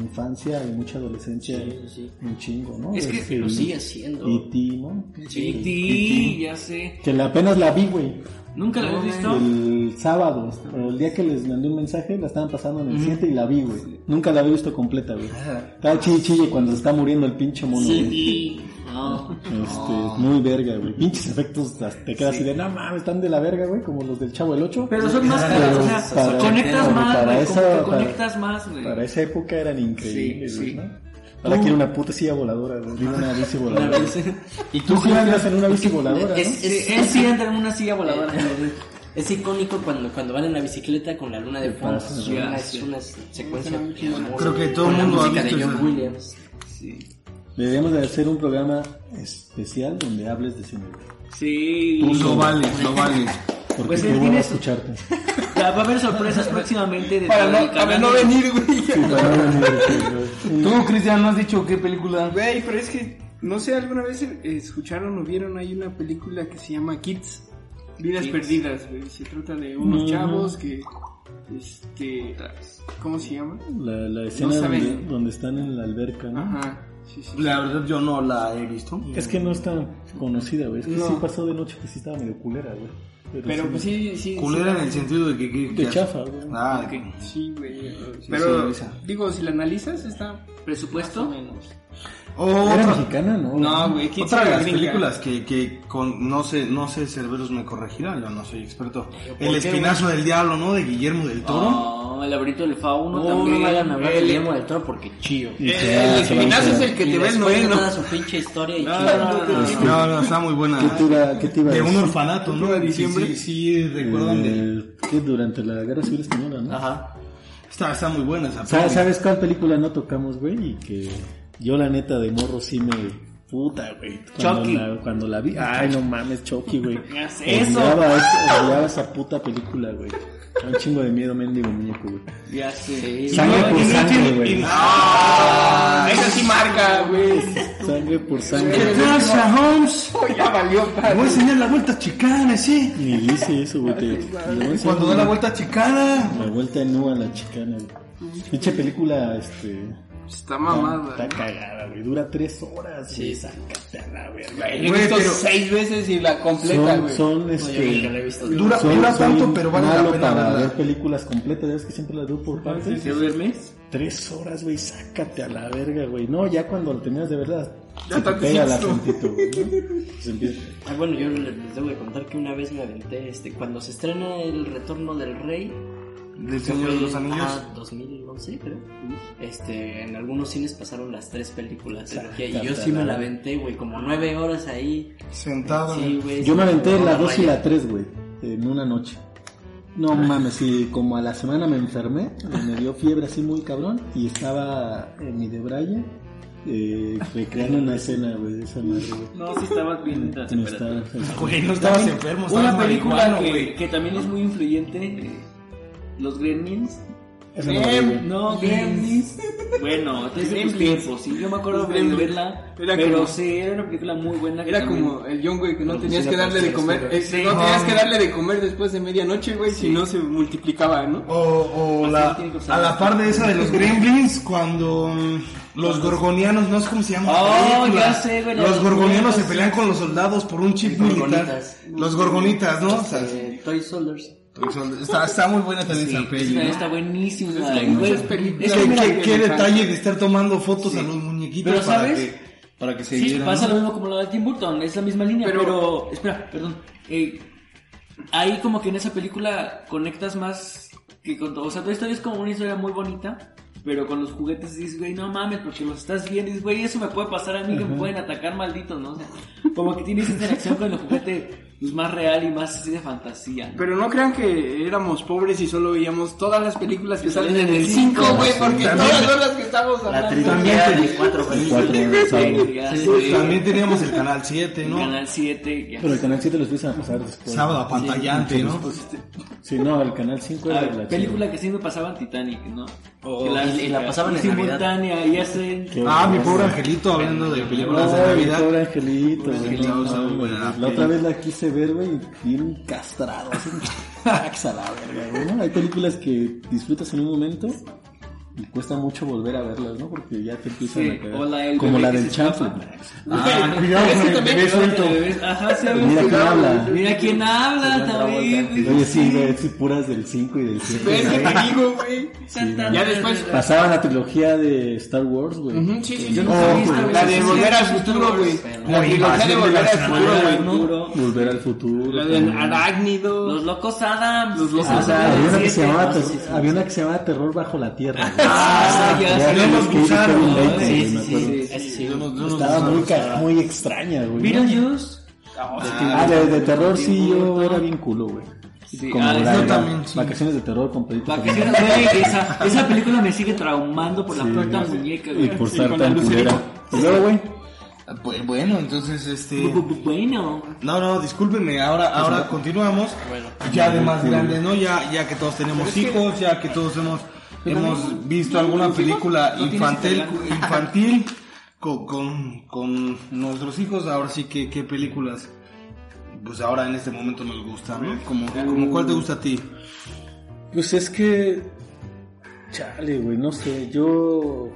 infancia y mucha adolescencia. Sí, sí. Un chingo, ¿no? Este, Es que lo sigue haciendo. Y ti, ¿no? Sí, El ti, ya sé. Que la, apenas la vi, güey. ¿Nunca la habías visto? El sábado, el día que les mandé un mensaje, la estaban pasando en el 7 y la vi, güey. Nunca la había visto completa, güey. Estaba chille chille cuando se está muriendo el pinche mono, güey. No. Este, muy verga, güey. Pinches efectos, hasta te quedas así de, no mames, están de la verga, güey, como los del Chavo el 8. Pero son más caras, o sea, Para- conectas para- más, para güey, esa- como que para- conectas más, güey. Para esa época eran increíbles, Sí, sí. güey, ¿no? Ahora quiero una puta silla voladora, güey. Digo una bici voladora. (laughs) Y Tú sí andas en una bici voladora, ¿no? Es, Sí, es, él sí anda en una (laughs) silla voladora. es icónico cuando, cuando van en la bicicleta con la luna de fondo. pasa, Es ya una, sé. es una secuencia. Creo que todo Con el la mundo ha música visto de John esa. Williams. Sí. Deberíamos de hacer un programa especial donde hables de cine. Sí. Lo vale, lo vale. (laughs) Porque Pues, te voy a ¿tienes- escucharte. (laughs) Ya, va a haber (laughs) sorpresas próximamente de Para todo el no, para canal. no venir, güey. Para no venir, güey. Tú, Cristian, no has dicho qué película... Güey, pero es que, no sé, alguna vez eh, escucharon o vieron, hay una película que se llama Kids, Vidas Kids. Perdidas, güey. Se trata de unos Ujú. chavos que, este, ¿cómo se llama? La, la escena saben. donde, donde están en la alberca, ¿no? Ajá, sí, sí. La verdad yo no la he visto. Es que no es tan conocida, güey. Es que No. sí pasó de noche que sí estaba medio culera, güey. Pero pues sí, sí. Culera en sí, el sentido de que... que- De que- chafa, güey. Ah, Sí, güey. sí, Pero, sí, esa. digo, si la analizas, está ¿Presupuesto? menos. ¿Era Otra- mexicana? No. No, güey, ¿quién Otra sabe de las gringa? películas que, que con, no sé, no sé, Cerberus me corregirá, yo no soy experto. El qué, espinazo del diablo, ¿no? De Guillermo del Toro. No, el laberinto del fauno No, también. no No vayan a a hablar de Guillermo Guillermo del Toro porque chío. Y ya, El se van espinazo fuera. es el que te ve el noveno. toda su pinche historia y No, chido. no, no, No, no, está muy buena. ¿Qué te iba, qué te iba a De un decir? orfanato, ¿no? de diciembre. Sí, sí, sí, recuerdan de... Eh, que durante la guerra civil española, ¿no? Ajá. Está, está muy buena esa ¿Sabes, peli. sabes cuál película no tocamos, güey? Y que yo la neta de morro sí me... Puta, güey. Cuando Chucky. La, cuando la vi... Ay, no mames, Chucky, güey. Haz eso. Odiaba, es- odiaba esa puta película, güey. Da Un chingo de miedo, mendigo muñeco, güey. Ya sé. Sangre por sangre, güey. Ah, esa sí marca, güey. Sangre por sangre. ¿Qué Tasha Holmes. Oh, ya valió para. Voy a enseñar la vuelta chicana, sí. Ni dice eso, güey. te- te lo voy a enseñar, Cuando da la güey. vuelta chicana. La vuelta no a la chicana, güey. Pinche película, este... Está Está mamada. cagada, güey. Dura tres horas, güey. Sácate a la verga. Güey, Lo he visto seis veces y la completa, Son, güey. No, son, yo nunca la he este... visto. Dura, son- dura soy tanto, pero vale la malo pena para verla. ver películas completas. Ya ves que siempre las veo por partes. ¿Se duerme? Tres horas, güey. Sácate a la verga, güey. No, ya cuando la terminas de verla, Ya se te está pega el diciendo. acentito, güey. (laughs) ¿no? Se empieza... Ah, bueno, yo les debo de contar que una vez me aventé, este, cuando se estrena El Retorno del Rey, Del que Señor fue, de los Anillos. Ah, 2011, creo. Este, en algunos cines pasaron las tres películas. de Logia, y yo Sácate sí a me la la aventé, güey, como nueve horas ahí. Sentado. en- Sí, güey. Ah, Yo me aventé como la una 2 y raya. la 3, güey, en una noche. No mames, sí, como a la semana me enfermé, me dio fiebre así muy cabrón y estaba en mi debraye eh, recreando una escena, güey, de esa madre, güey. No, sí estabas bien. la Me temperatura. estaba- Güey, no estabas enfermo, estabas Una película marihuano, que, güey. que también es muy influyente, eh, Los Gremlins. Esa no la vi, güey. Em, No, Gremlins. Bueno, desde tus Gremlins. tiempos, sí. Yo me acuerdo Los de Gremlins. verla, Era pero como- sí, era una película muy buena. que Era también- como el John, güey, que no tenías sí, que la darle de tercera comer. esfera. eh, Sí. no tenías Ah. que darle de comer después de medianoche, güey, si no se multiplicaba, ¿no? O, o Así la, tiene que usar. a la par de esa de los Gremlins, cuando mm, los gorgonianos, no sé cómo se llama. Oh, la película. ya sé, güey, la de Los los gorgonianos se gorgonianos. pelean con los soldados por un chip Los militar. gorgonitas. Los gorgonitas, ¿no? O sea, Eh, Toy Soldiers. está, está muy buena también esa Sí, peli. ¿no? Está buenísima. Ay, güey, es Es película. que mira, qué, que qué me detalle de estar tomando fotos a los muñequitos Pero, para ¿sabes? que para que se Sí, vieran. pasa ¿no? lo mismo como la de Tim Burton, es la misma línea, Pero- pero, espera, perdón. Eh, ahí como que en esa película conectas más que con todo. O sea, tu historia es como una historia muy bonita, pero con los juguetes dices, güey, no mames, porque los estás viendo y dices, güey, eso me puede pasar a mí, que me pueden atacar malditos, ¿no? O sea, como que tienes interacción con el juguete pues, más real y más así de fantasía. ¿no? Pero no crean que éramos pobres y solo veíamos todas las películas que salen en el cinco, 5, güey, porque todas son las que estamos La hablando. trilogía de cuatro películas. Cuatro, (laughs) sábado. Ya Sí, sé, Pues También teníamos el canal 7, ¿no? Canal 7, ya Pero el canal 7 lo empiezan a pasar después. Sábado apantallante, ¿no? Sí, no, el canal 5 A era ver, la película que sí me pasaban Titanic, ¿no? Oh, Que y- y la pasaban en simultánea, y hacen chida. Ah, mi pobre angelito hablando de películas de Ay, mi Navidad. pobre angelito, güey, angelito, no, está muy buena la La otra vez la quise ver, güey, y bien castrado, (laughs) así, caxa la verga, güey, ¿no? Hay películas que disfrutas en un momento y cuesta mucho volver a verlas, ¿no? Porque ya te empiezan Sí, a caer. o la del Como bebé la que del se chanfle. escapa. (laughs) Ah, cuidado Es que con el también bebé cuidado suelto. con el bebé. Ajá, sí, a ver, Mira quién cuidado. habla. Mira quién habla también. Oye, sí, güey, sí, puras del 5 y del 7. ¿Ves que te digo, güey? Ya después. Pasaba la trilogía de Star Wars, güey. Ujú, sí, sí, sí. Yo no Oh, he visto, güey. La de Sí, volver sí, al sí, futuro, güey. La La trilogía de invasión de volver las al futuro, güey. ¿no? Volver al futuro. La también. del arácnido. Los locos Adams. Los locos Ah, había, una que se siete, llamaba, ¿no? Ter- Sí, sí. había una que se llamaba Terror bajo la Tierra. güey. Ah, ya Ya sé. habíamos Los gusanos, Kevin ¿no? Sí, Bacon, güey, me sí, acuerdo. sí, Ese sí. Estaba muy, ca- muy extraña, güey. Beetlejuice. Ah, de, de terror sí yo era bien culo, güey. Sí, Como ah, la- yo la- también, sí. Vacaciones de terror con Pedrito Vacaciones, Fernández. (laughs) güey, esa, esa película me sigue traumando por la puta muñeca, Y güey. por Sí, estar con la tan lucerita. culera. Y luego, güey, Ah, pues, Bueno, entonces este. Bu- bu- Bueno. No, no, discúlpenme, ahora, ahora continuamos. Ya de más grande, ¿no? Ya, ya que todos tenemos hijos, ya que todos hemos, hemos visto alguna película infantil, infantil con, con, con nuestros hijos. Ahora sí que qué películas, pues ahora en este momento nos gustan, ¿no? Como, como cuál te gusta a ti. pues es que... Chale, güey, no sé, yo...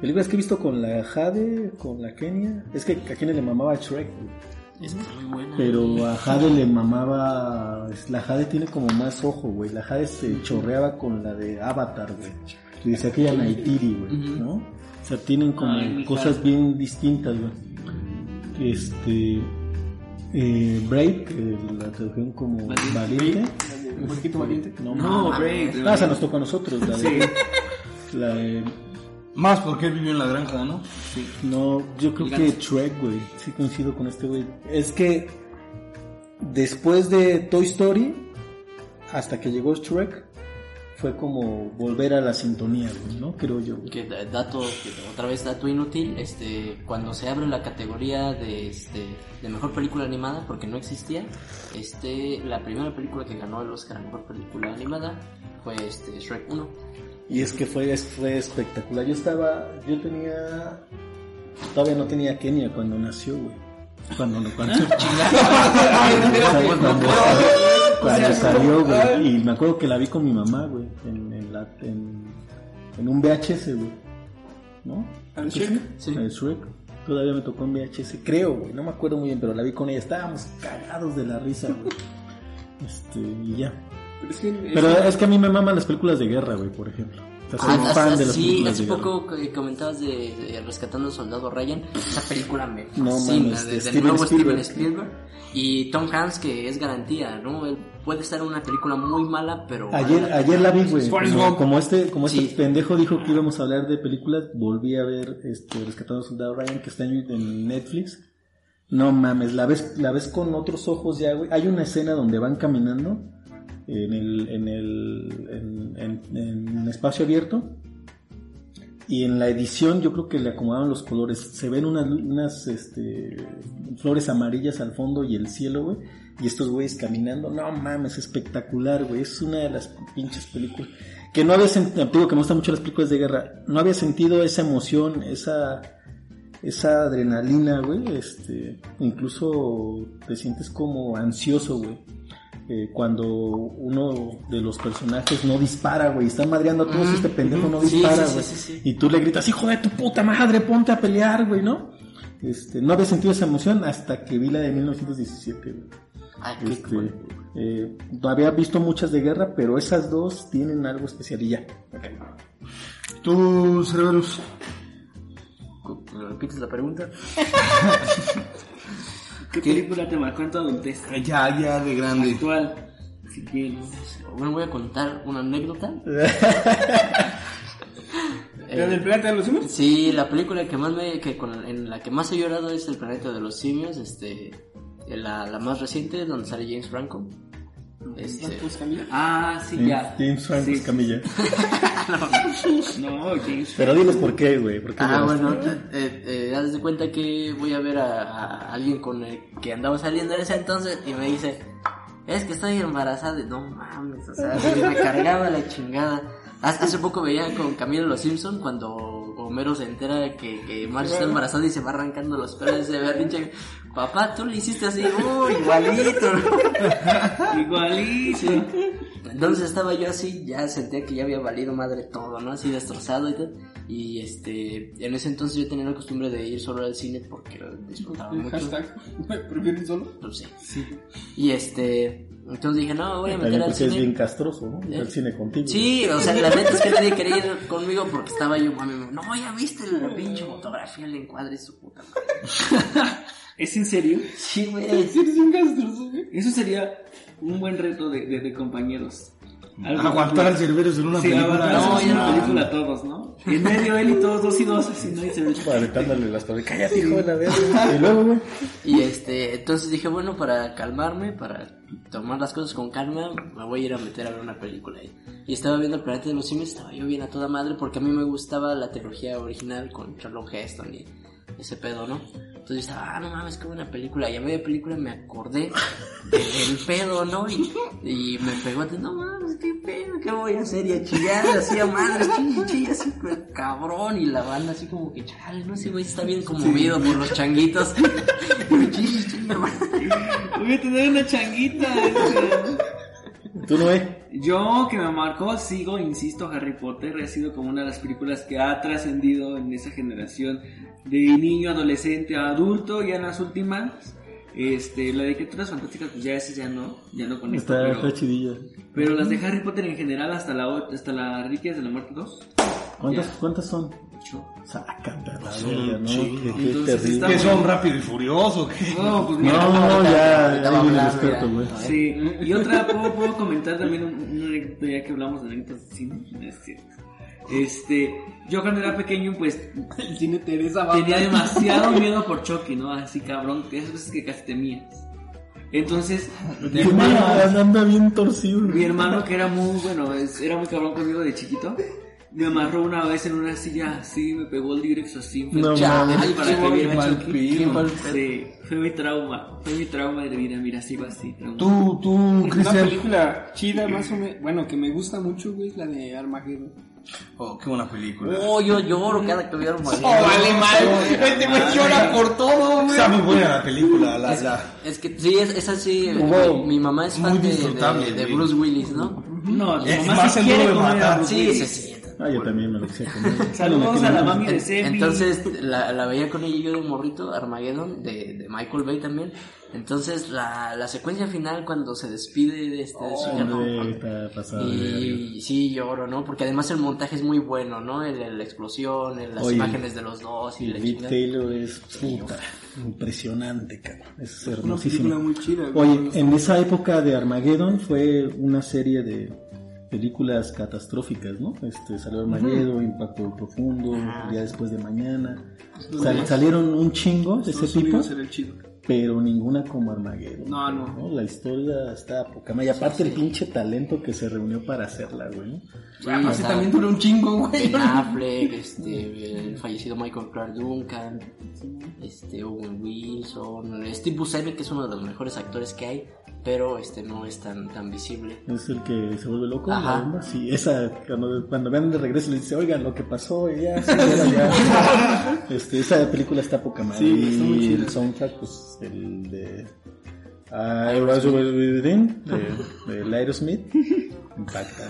Películas que he visto con la Jade, con la Kenia. Es que a Kenia le mamaba Shrek, güey. Pero a Jade le mamaba. La Jade tiene como más ojo, güey. La Jade se chorreaba con la de Avatar, güey. Y decía que era Naitiri, güey, ¿no? O sea, tienen como Ay, mi cosas cara. bien distintas, güey. Este. Eh, Brave, que la tradujeron como Valiente. Valiente. Este, Un poquito valiente. No, No, mames. Brave. Ah, esa nos tocó a nosotros, la Sí. de. La de- Más porque él vivió en la granja, ¿no? No, yo creo El que ganso. Shrek, güey. Sí coincido con este güey. Es que después de Toy Story, hasta que llegó Shrek, fue como volver a la sintonía, güey, ¿no? Creo yo. güey. Que da- dato, que- otra vez dato inútil, este, cuando se abre la categoría de, este, de mejor película animada, porque no existía, este, la primera película que ganó el Oscar a mejor película animada fue este Shrek 1. Y es que fue, es- fue espectacular. Yo estaba, yo tenía, todavía no tenía Kenia cuando nació, güey. Cuando, no, cuando, cuando, cuando salió, güey. Y me acuerdo que la vi con mi mamá, güey, en, en, la- en, en un VHS, güey. ¿No? ¿Al Sí, Shrek? Sí. El Shrek. Todavía me tocó en VHS, creo, güey. No me acuerdo muy bien, pero la vi con ella. Estábamos cagados de la risa, güey. Este, y ya. Pero es que, es Pero es que a mí me maman las películas de guerra, güey, por ejemplo. O sea, soy Ah, fan ah, de las sí, películas hace de guerra. poco eh, comentabas de, de Rescatando al Soldado Ryan. Esa película me No fascina. mames, de desde Steven luego Spielberg. Steven Spielberg. Y Tom Hanks, que es garantía, ¿no? Él puede estar en una película muy mala, pero. Ayer, ayer la vi, güey. Forrest Como, Gump. como este, como este Sí. pendejo dijo que íbamos a hablar de películas, volví a ver este Rescatando al Soldado Ryan que está en, en Netflix. No mames, la ves, la ves con otros ojos ya, güey. Hay una escena donde van caminando en el, en el, en, en- en espacio abierto. Y en la edición yo creo que le acomodaron los colores. Se ven unas, lu- unas este, flores amarillas al fondo y el cielo, güey. Y estos güeyes caminando. No mames, espectacular, güey. Es una de las pinches películas. Que no había sentido, digo que me gustan mucho las películas de guerra. No había sentido esa emoción, esa, esa adrenalina, güey. Este, incluso te sientes como ansioso, güey. Eh, cuando uno de los personajes no dispara, güey. Está madreando a todos, Ujú, este pendejo no ujú. Sí, dispara, sí, sí, güey. sí, sí. Y tú le gritas, hijo de tu puta madre, ponte a pelear, güey, ¿no? Este, no había sentido esa emoción hasta que vi la de 1917, güey. Ay, qué Este, cool. eh, había visto muchas de guerra, pero esas dos tienen algo especial y ya. Tú, Cerberus. ¿Me ¿Repites la (laughs) pregunta? ¿Qué película te marcó en tu adultez? eh, Ya, ya, de grande. Actual. Si quieres. Bueno, voy a contar una anécdota. (laughs) ¿La Eh, del planeta de los simios? Sí, la película que más me, que con- en la que más he llorado es El planeta de los simios, este, la, la más reciente donde sale James Franco. Este, Pues también. Ah, sí, ya. James Franco Sí. Escamilla. (laughs) No, James. Pero diles por qué, güey. ¿por qué ah, lloraste? bueno, eh, eh, haz de cuenta que voy a ver a, a alguien con el que andaba saliendo en ese entonces y me dice, es que estoy embarazada, no mames, o sea, sí, me cargaba la chingada. Hace hace poco veía con Camilo Los Simpson cuando Homero se entera que, que Marge está embarazada y se va arrancando los pelos de berrinche. Papá, tú le hiciste así, uy, igualito, ¿no? Igualito. Entonces estaba yo así, ya sentía que ya había valido madre todo, ¿no? Así destrozado y tal. Y este, en ese entonces yo tenía la costumbre de ir solo al cine porque disfrutaba mucho. Hashtag. ¿Prefieren solo? Pues, sí. Y este, entonces dije, no, me voy a meter También al porque es bien cine. castroso, ¿no? ¿Eh? El cine contigo. Sí, o sea, la neta es que nadie quería ir conmigo porque estaba yo, mami, no, ya viste la pinche fotografía, el encuadre, su puta madre. ¿Es en serio? Sí, güey. Sí, eres un castroso, güey. Eso sería un buen reto de, de, de compañeros. Algo Mm. Aguantar al Cerberus en una Sí, película. aguantar No, no, ya una no. película a todos, ¿no? Y en medio él y todos, dos y dos, así nadie se ve. Aventándole las palabras. Cállate, hijo de la (laughs) verga. Y luego, güey. Y este, entonces dije, bueno, para calmarme, para tomar las cosas con calma, me voy a ir a meter a ver una película ahí. Y estaba viendo El planeta de los simios, estaba yo bien a toda madre, porque a mí me gustaba la trilogía original con Charlotte Heston y ese pedo, ¿no? Entonces yo estaba, ah, no mames, qué buena película. Y a media película me acordé de- del pedo, ¿no? Y, y me pegó, no mames, qué pedo, qué voy a hacer. Y a chillar, así a madres, chille, chille, así, pues, cabrón. Y la banda así como que, chale, no sé, güey, está bien conmovido por los changuitos. Chille, chille, madre. Voy a tener una changuita. este. Tú no, eh. Yo que me marcó, sigo, insisto, Harry Potter ha sido como una de las películas que ha trascendido en esa generación de niño, adolescente a adulto, ya en las últimas. Este, la de criaturas fantásticas, pues ya ese ya no, ya no con esto, Está, pero, está chidilla. pero las de Harry Potter en general hasta la o- hasta la Reliquias de la Muerte 2. ¿Cuántas, Ya. ¿cuántas son? Ocho. Saca, perra, Son verga, un ¿no? chingo. Qué- qué Entonces, terrible. está- ¿Qué son rápido y furioso? ¿Qué? No, pues No, mira. no, Ahorita va ya, ahí a viene el hablar, experto, ya. güey. Sí, y otra, ¿puedo, puedo comentar también un- una anécdota ya que hablamos de anécdotas de cine? No es cierto. Este, yo cuando era pequeño, pues El (laughs) cine Teresa va tenía (laughs) demasiado miedo por Chucky, ¿no? Así cabrón, que esas veces que casi temías. Entonces, mi Qué mala, hermano, anda bien torcido. mi güey. hermano, que era muy bueno, es- era muy cabrón conmigo de chiquito, me amarró una vez en una silla así, me pegó el directo así, fue No chao, mames. para que viera Chucky. Qué mal- Sí, fue mi trauma, fue mi trauma de vida, mira, así va así, trauma. Tú, tú, Una Cristian. película chida, más o menos. Bueno, que me gusta mucho, güey, es la de Armageddon. Oh, qué buena película. Oh, yo lloro cada que veo Armageddon. Oh, Este güey llora por todo, güey. Está muy buena la película. La, la- Es que sí, es, es así. Wow. Mi, mi mamá es Muy fan de, disfrutable, de- de güey. Bruce Willis, ¿no? No, tu Es mamá más sí el quiere duro de comer matar. a Bruce Sí, Willis. se siente. Ah, yo también me lo quise (laughs) comer. Saludos a la mami de Sebi. Entonces la, la veía con ella yo de morrito, Armageddon, de, de Michael Bay también. Entonces la, la secuencia final cuando se despide de, este, de su hija, ¿no? Hombre, está pasado de verga. Y sí, lloro, ¿no? Porque además el montaje es muy bueno, ¿no? El, el- la explosión, el- las Oye, imágenes de los dos y Y la Big chingada. Taylor es puta, impresionante, cabrón. Es Una película hermosísimo. muy chida, güey. Oye, en esa época de Armageddon fue una serie de películas catastróficas, ¿no? Este, salió Armageddon, Impacto Profundo, Ah, El Día Después de Mañana. Pues Sal- salieron un chingo de ese Estados tipo, Unidos era el chido. pero ninguna como Armageddon. No, no. La historia está poca madre. Y aparte el pinche talento que se reunió para hacerla, güey. Sí, Ah, o sí, sea, también duró un chingo, güey. Ben Affleck, este, el fallecido Michael Clark Duncan, este, Owen Wilson, este Steve Buscemi, que es uno de los mejores actores que hay, pero este no es tan, tan visible. Es el que se vuelve loco. Ajá. la bomba. Sí, esa, cuando, cuando vean de regreso le dice, oigan lo que pasó, y ya, sí, órale, ya". Este, esa película está poca madre. Sí, está muy y chida. el soundtrack, pues, el de I Was Within, de, del Aerosmith, impacta.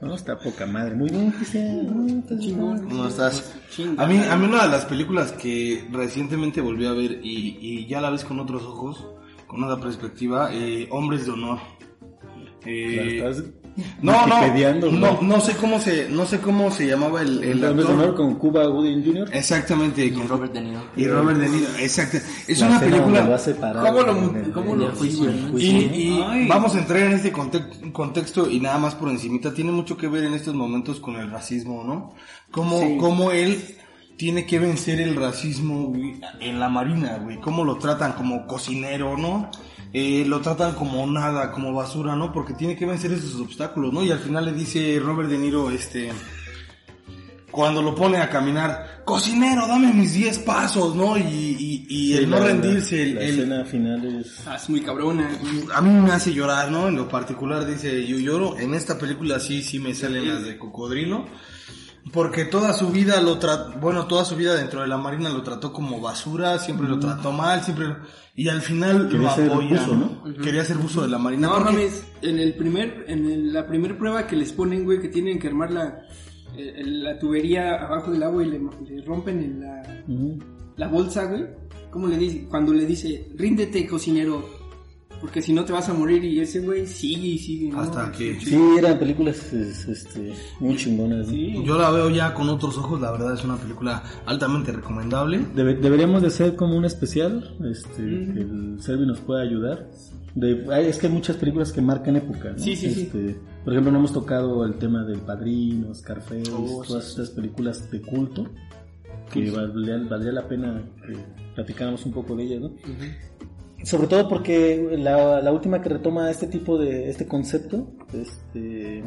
No, está poca madre. Muy bien, Cristian. Está chingón. ¿Cómo estás? A mí, a mí una de las películas que recientemente volví a ver y, y ya la ves con otros ojos, con otra perspectiva, eh, Hombres de Honor. La Eh, estás no, wikipediando, no, no, güey. no sé cómo se, no sé cómo se llamaba el, el Hombres de actor. Honor con Cuba Gooding Jr. Exactamente, Y con Robert De Niro. y Robert De Niro, exacto. Es La una escena donde lo película. va a separar ¿Cómo lo- en el- cómo en lo el juician? juicio, Y, ¿no? y Ay. vamos a entrar en este conte- contexto y nada más por encimita, tiene mucho que ver en estos momentos con el racismo, ¿no? Cómo, cómo él tiene que vencer el racismo güey, en la marina, güey, cómo lo tratan como cocinero, ¿no? Eh, lo tratan como nada, como basura, ¿no? Porque tiene que vencer esos obstáculos, ¿no? Y al final le dice Robert De Niro, este, cuando lo pone a caminar, cocinero, dame mis 10 pasos, ¿no? Y, y, y el Sí, no la- la- rendirse, el- la el, escena final es Ah, es muy cabrona. a mí me hace llorar, ¿no? En lo particular dice, yo lloro. En esta película sí, sí me salen las de cocodrilo. Porque toda su vida lo trató, bueno, toda su vida dentro de la marina lo trató como basura, siempre lo trató mal, siempre lo- Y al final Mm. Quería lo ser apoya, buzo, ¿no? Quería ser buzo de la marina. No porque- mames, en el primer, en el- la primer prueba que les ponen, güey, que tienen que armar la, el- el- la tubería abajo del agua y le, le rompen en la, la bolsa, güey. ¿Cómo le dice? Cuando le dice, ríndete, cocinero, porque si no te vas a morir. Y ese güey sigue y sigue. ¿no? Hasta que... Sí, eran películas es- este, muy chingonas. ¿no? Yo la veo ya con otros ojos, la verdad es una película altamente recomendable. Debe- deberíamos de hacer como un especial, este, que el Servi nos pueda ayudar. De- hay- es que hay muchas películas que marcan época, ¿no? Sí, sí, sí. Este, Por ejemplo, no hemos tocado el tema del Padrino, Scarface, Oh, todas estas películas de culto, que valdría, valdría la pena que platicáramos un poco de ellas, ¿no? Sobre todo porque la, la última que retoma este tipo de, este concepto, este,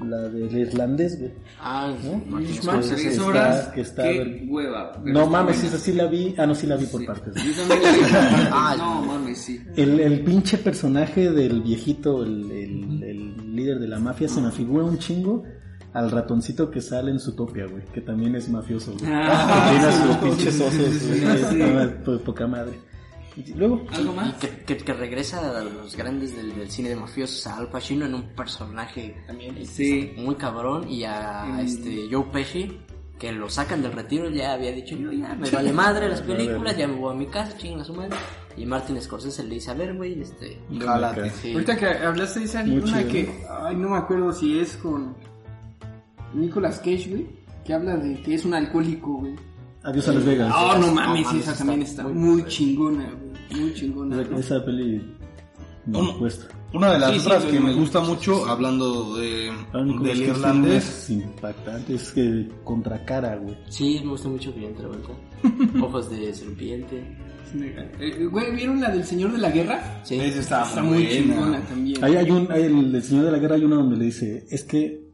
la del irlandés, güey. Ah, ¿No? Martin Sí, Man, sí, Scorsese. tres está- horas, que está qué ver- hueva. pero No está mames, buena. esa sí la vi. Ah, no, sí la vi por partes. Yo también la vi. Ay. no mames, sí. El, el pinche personaje del viejito, el, el- el líder de la mafia, se me figura un chingo al ratoncito que sale en su topia, güey, que también es mafioso, güey. Ah, Que tiene sí, sus sí, pinches sí, osos, sí, güey, sí, sí. está po- poca madre. Y luego, ¿Algo Y más? que, que- que regresa a los grandes del, del cine de mafiosos, a Al Pacino en un personaje también este, Sí. muy cabrón, y a Mm. este Joe Pesci, que lo sacan del retiro, ya había dicho, yo ya me vale madre las películas, (laughs) ya me voy a mi casa, chingan a su madre. Y Martin Scorsese le dice, a ver, güey, este... Jálate. sí. Ahorita que hablaste de esa, Muy una chido. que, ay, no me acuerdo si es con, Nicolas Cage, güey, que habla de que es un alcohólico, güey. Adiós a Las Vegas. Oh, Ah, no mames, esa también está muy chingona, güey. Muy chingona. Esa- Esa peli no Uno- cuesta. Una de las Sí, sí, otras sí, que sí, me sí, gusta mucho, hablando de, Ah, no, del es que es irlandés, más impactante, es que contra cara, güey. Sí, me gusta mucho Guillermo Travolta. (laughs) Ojos de serpiente. Eh, Güey, ¿vieron la del Señor de la Guerra? Sí. Esa está Está muy muy buena. chingona también. Ahí hay un, hay el, el señor de la guerra hay una donde le dice, es que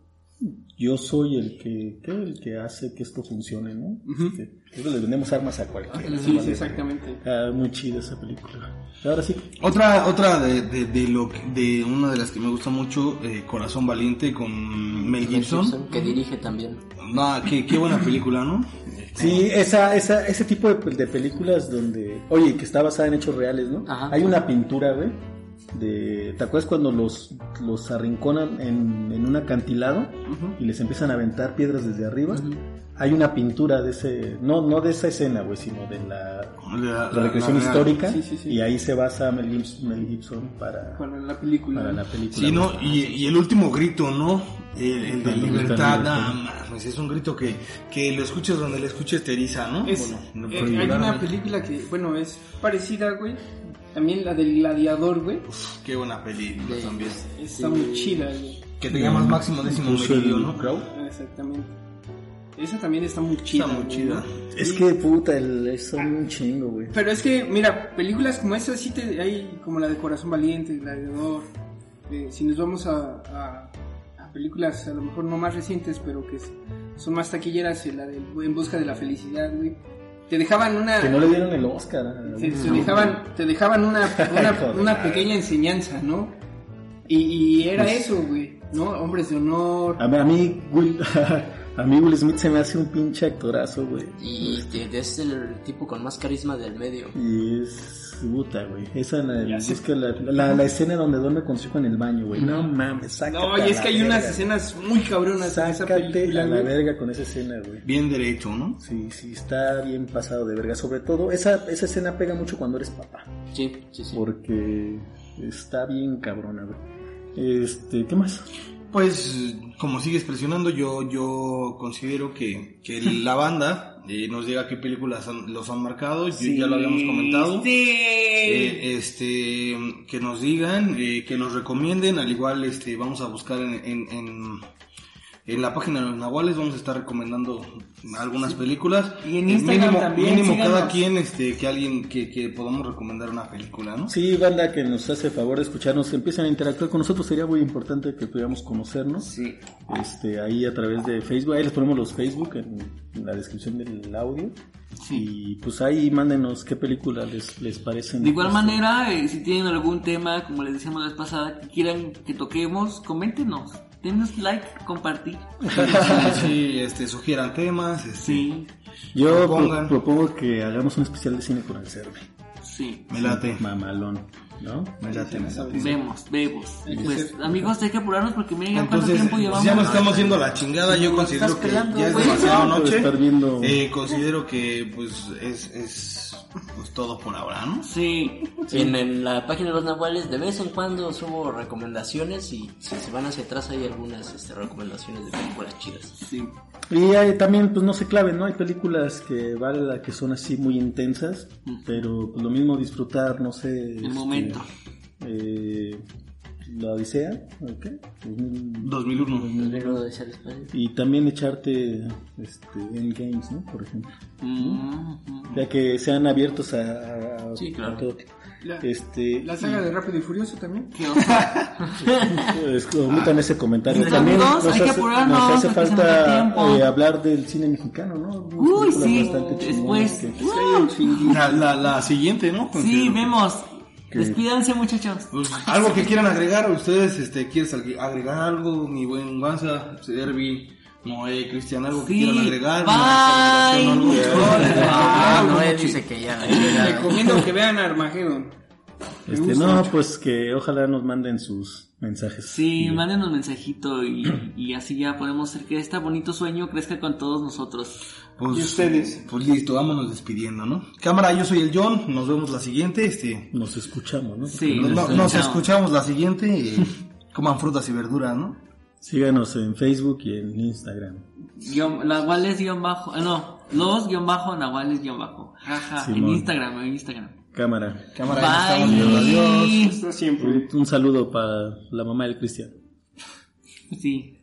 yo soy el que, ¿qué? el que hace que esto funcione, ¿no? Este, nosotros le vendemos armas a cualquiera. Sí, sí, exactamente. Ah, muy chida esa película. Ahora sí, Otra, otra de, de, de lo que- de una de las que me gusta mucho, eh, Corazón Valiente con Mel Gibson. Gibson, Que dirige también. No, qué, qué buena película, ¿no? Sí, Eh. esa, esa, ese tipo de, de películas donde, oye, que está basada en hechos reales, ¿no? Ajá. Hay una pintura, güey, de, ¿te acuerdas cuando los, los arrinconan en, en un acantilado y les empiezan a aventar piedras desde arriba? Hay una pintura de ese, no, no de esa escena, güey, sino de la, La, la recreación la- histórica Sí, sí, sí. y ahí se basa Mel Gibson, Mel Gibson para, Para la película. para la película. Sí, ¿no? Y, y el último grito, ¿no? El, el de El grito de libertad, libertad. nada más. Es un grito que, que lo escuches donde lo escuches te eriza, ¿no? Es- Bueno, eh, por hay regular, una ¿no? película que, bueno, es parecida, güey. También la del gladiador, güey. Uf, qué buena película también. Está muy chida, güey. Que te llamas máximo décimo Incluso el- meridio, ¿no? Creo. Exactamente. Esa también está muy chida. Está muy güey, chida. ¿no? Es que puta, el, son un chingo, güey. Pero es que, mira, películas como esa sí te, hay como la de Corazón Valiente, Gladiador. eh, si nos vamos a, a- a películas a lo mejor no más recientes, pero que s- son más taquilleras, eh, la de En Busca de la Felicidad, güey. Te dejaban una... Que no le dieron el Oscar. a- te, te dejaban, te (laughs) dejaban una, una, Joder. una pequeña enseñanza, ¿no? Y, y era Pues eso, güey, ¿no? Hombres de honor. A mí, a mí, Will, (laughs) a mí Will Smith se me hace un pinche actorazo, güey. Y este, es el tipo con más carisma del medio. Y es puta, güey. Esa la, es que la, la, la escena donde duerme con su hijo en el baño, güey. No mames, sácate. No, a y es la que hay unas verga. escenas muy cabronas en esa Sácate película, a la güey. verga con esa escena, güey. Bien derecho, ¿no? Sí, sí, está bien pasado de verga. Sobre todo, esa, esa escena pega mucho cuando eres papá. Sí, sí, sí. Porque está bien cabrona, güey. Este, ¿qué más? Pues como sigues presionando, yo, yo considero que, que la banda eh, nos diga qué películas han- los han marcado, yo- ya lo habíamos comentado. Eh, este, que nos digan, eh, que nos recomienden, al igual este, vamos a buscar en, en, en, en la página de los Nahuales, vamos a estar recomendando algunas películas. Y en Eh, Instagram mínimo, también, mínimo cada síganos. quien este, que alguien que, que podamos recomendar una película, ¿no? Sí, banda que nos hace el favor de escucharnos, empiezan a interactuar con nosotros, sería muy importante que pudiéramos conocernos. Sí. Este, ahí a través de Facebook, ahí les ponemos los Facebook en, en la descripción del audio. Y pues ahí mándenos qué película les, les parecen. De igual Este, manera, eh, si tienen algún tema, como les decíamos la vez pasada, que quieran que toquemos, coméntenos. Denos like, compartir. sí, este, sugieran temas, este, Yo pro- propongan. propongo que hagamos un especial de cine con el cerve. Sí. me late. Mamalón, ¿no? Me late, me late. Vemos, vemos. Y Pues, amigos, hay que apurarnos porque miren ya cuánto Entonces, tiempo pues llevamos. ya nos estamos yendo a la chingada. Yo considero estás que peleando, ya es güey. demasiado Puedo noche. estar viendo- Eh, considero que pues es, es pues, todo por ahora, ¿no? Sí. En, en la página de los Nahuales de vez en cuando subo recomendaciones y si se van hacia atrás hay algunas este, recomendaciones de películas chidas. Y hay también, pues no se claven, ¿no? Hay películas que vale la que son así muy intensas, pero pues, lo mismo disfrutar, no sé. El momento. Eh, la Odisea, ¿ok? 2000. 2001. El libro de Sal España. Y también echarte este, Endgames, ¿no? Por ejemplo. Mm. Ya que sean abiertos a, a- Sí, claro. a todo. La- Este, La saga de Rápido y Furioso (laughs) también. pues, omitan ese comentario. También amigos, Ah. hay que hace, apurarnos, nos hace porque se nos da falta tiempo. eh, hablar del cine mexicano, ¿no? Uy, Unas películas sí. bastante chingonas Después. que- pues, Uh, La, la, la siguiente, ¿no? sí, Considero que- vemos. Despídanse, muchachos. Pues, algo que quieran agregar, ustedes, este, ¿quieres agre- agregar algo? Mi buen Guanza, Servi, Noé, Cristian, algo que Sí. quieran agregar. Bye. ¿Alguna recomendación, algo? Ah, no, él dice que ya. Recomiendo que vean Armageddon. Este, no, pues que ojalá nos manden sus mensajes. Sí, mándenos mensajito y, (clears throat) y así ya podemos hacer que este bonito sueño crezca con todos nosotros. Pues, ustedes? Pues listo, vámonos despidiendo, ¿no? Cámara, yo soy el John, nos vemos la siguiente, este. Nos escuchamos, ¿no? Sí, nos, nos escuchamos. nos (laughs) escuchamos la siguiente. eh, coman frutas y verduras, ¿no? Síganos en Facebook y en Instagram. Guión, Nahuales guión bajo. ah, No, los guión bajo, Nahuales guión bajo. Jaja, en Simón. Instagram, en Instagram. Cámara. Cámara, ahí nos estamos viendo. Bye. Hasta siempre. Un, un saludo para la mamá del Cristian. Sí.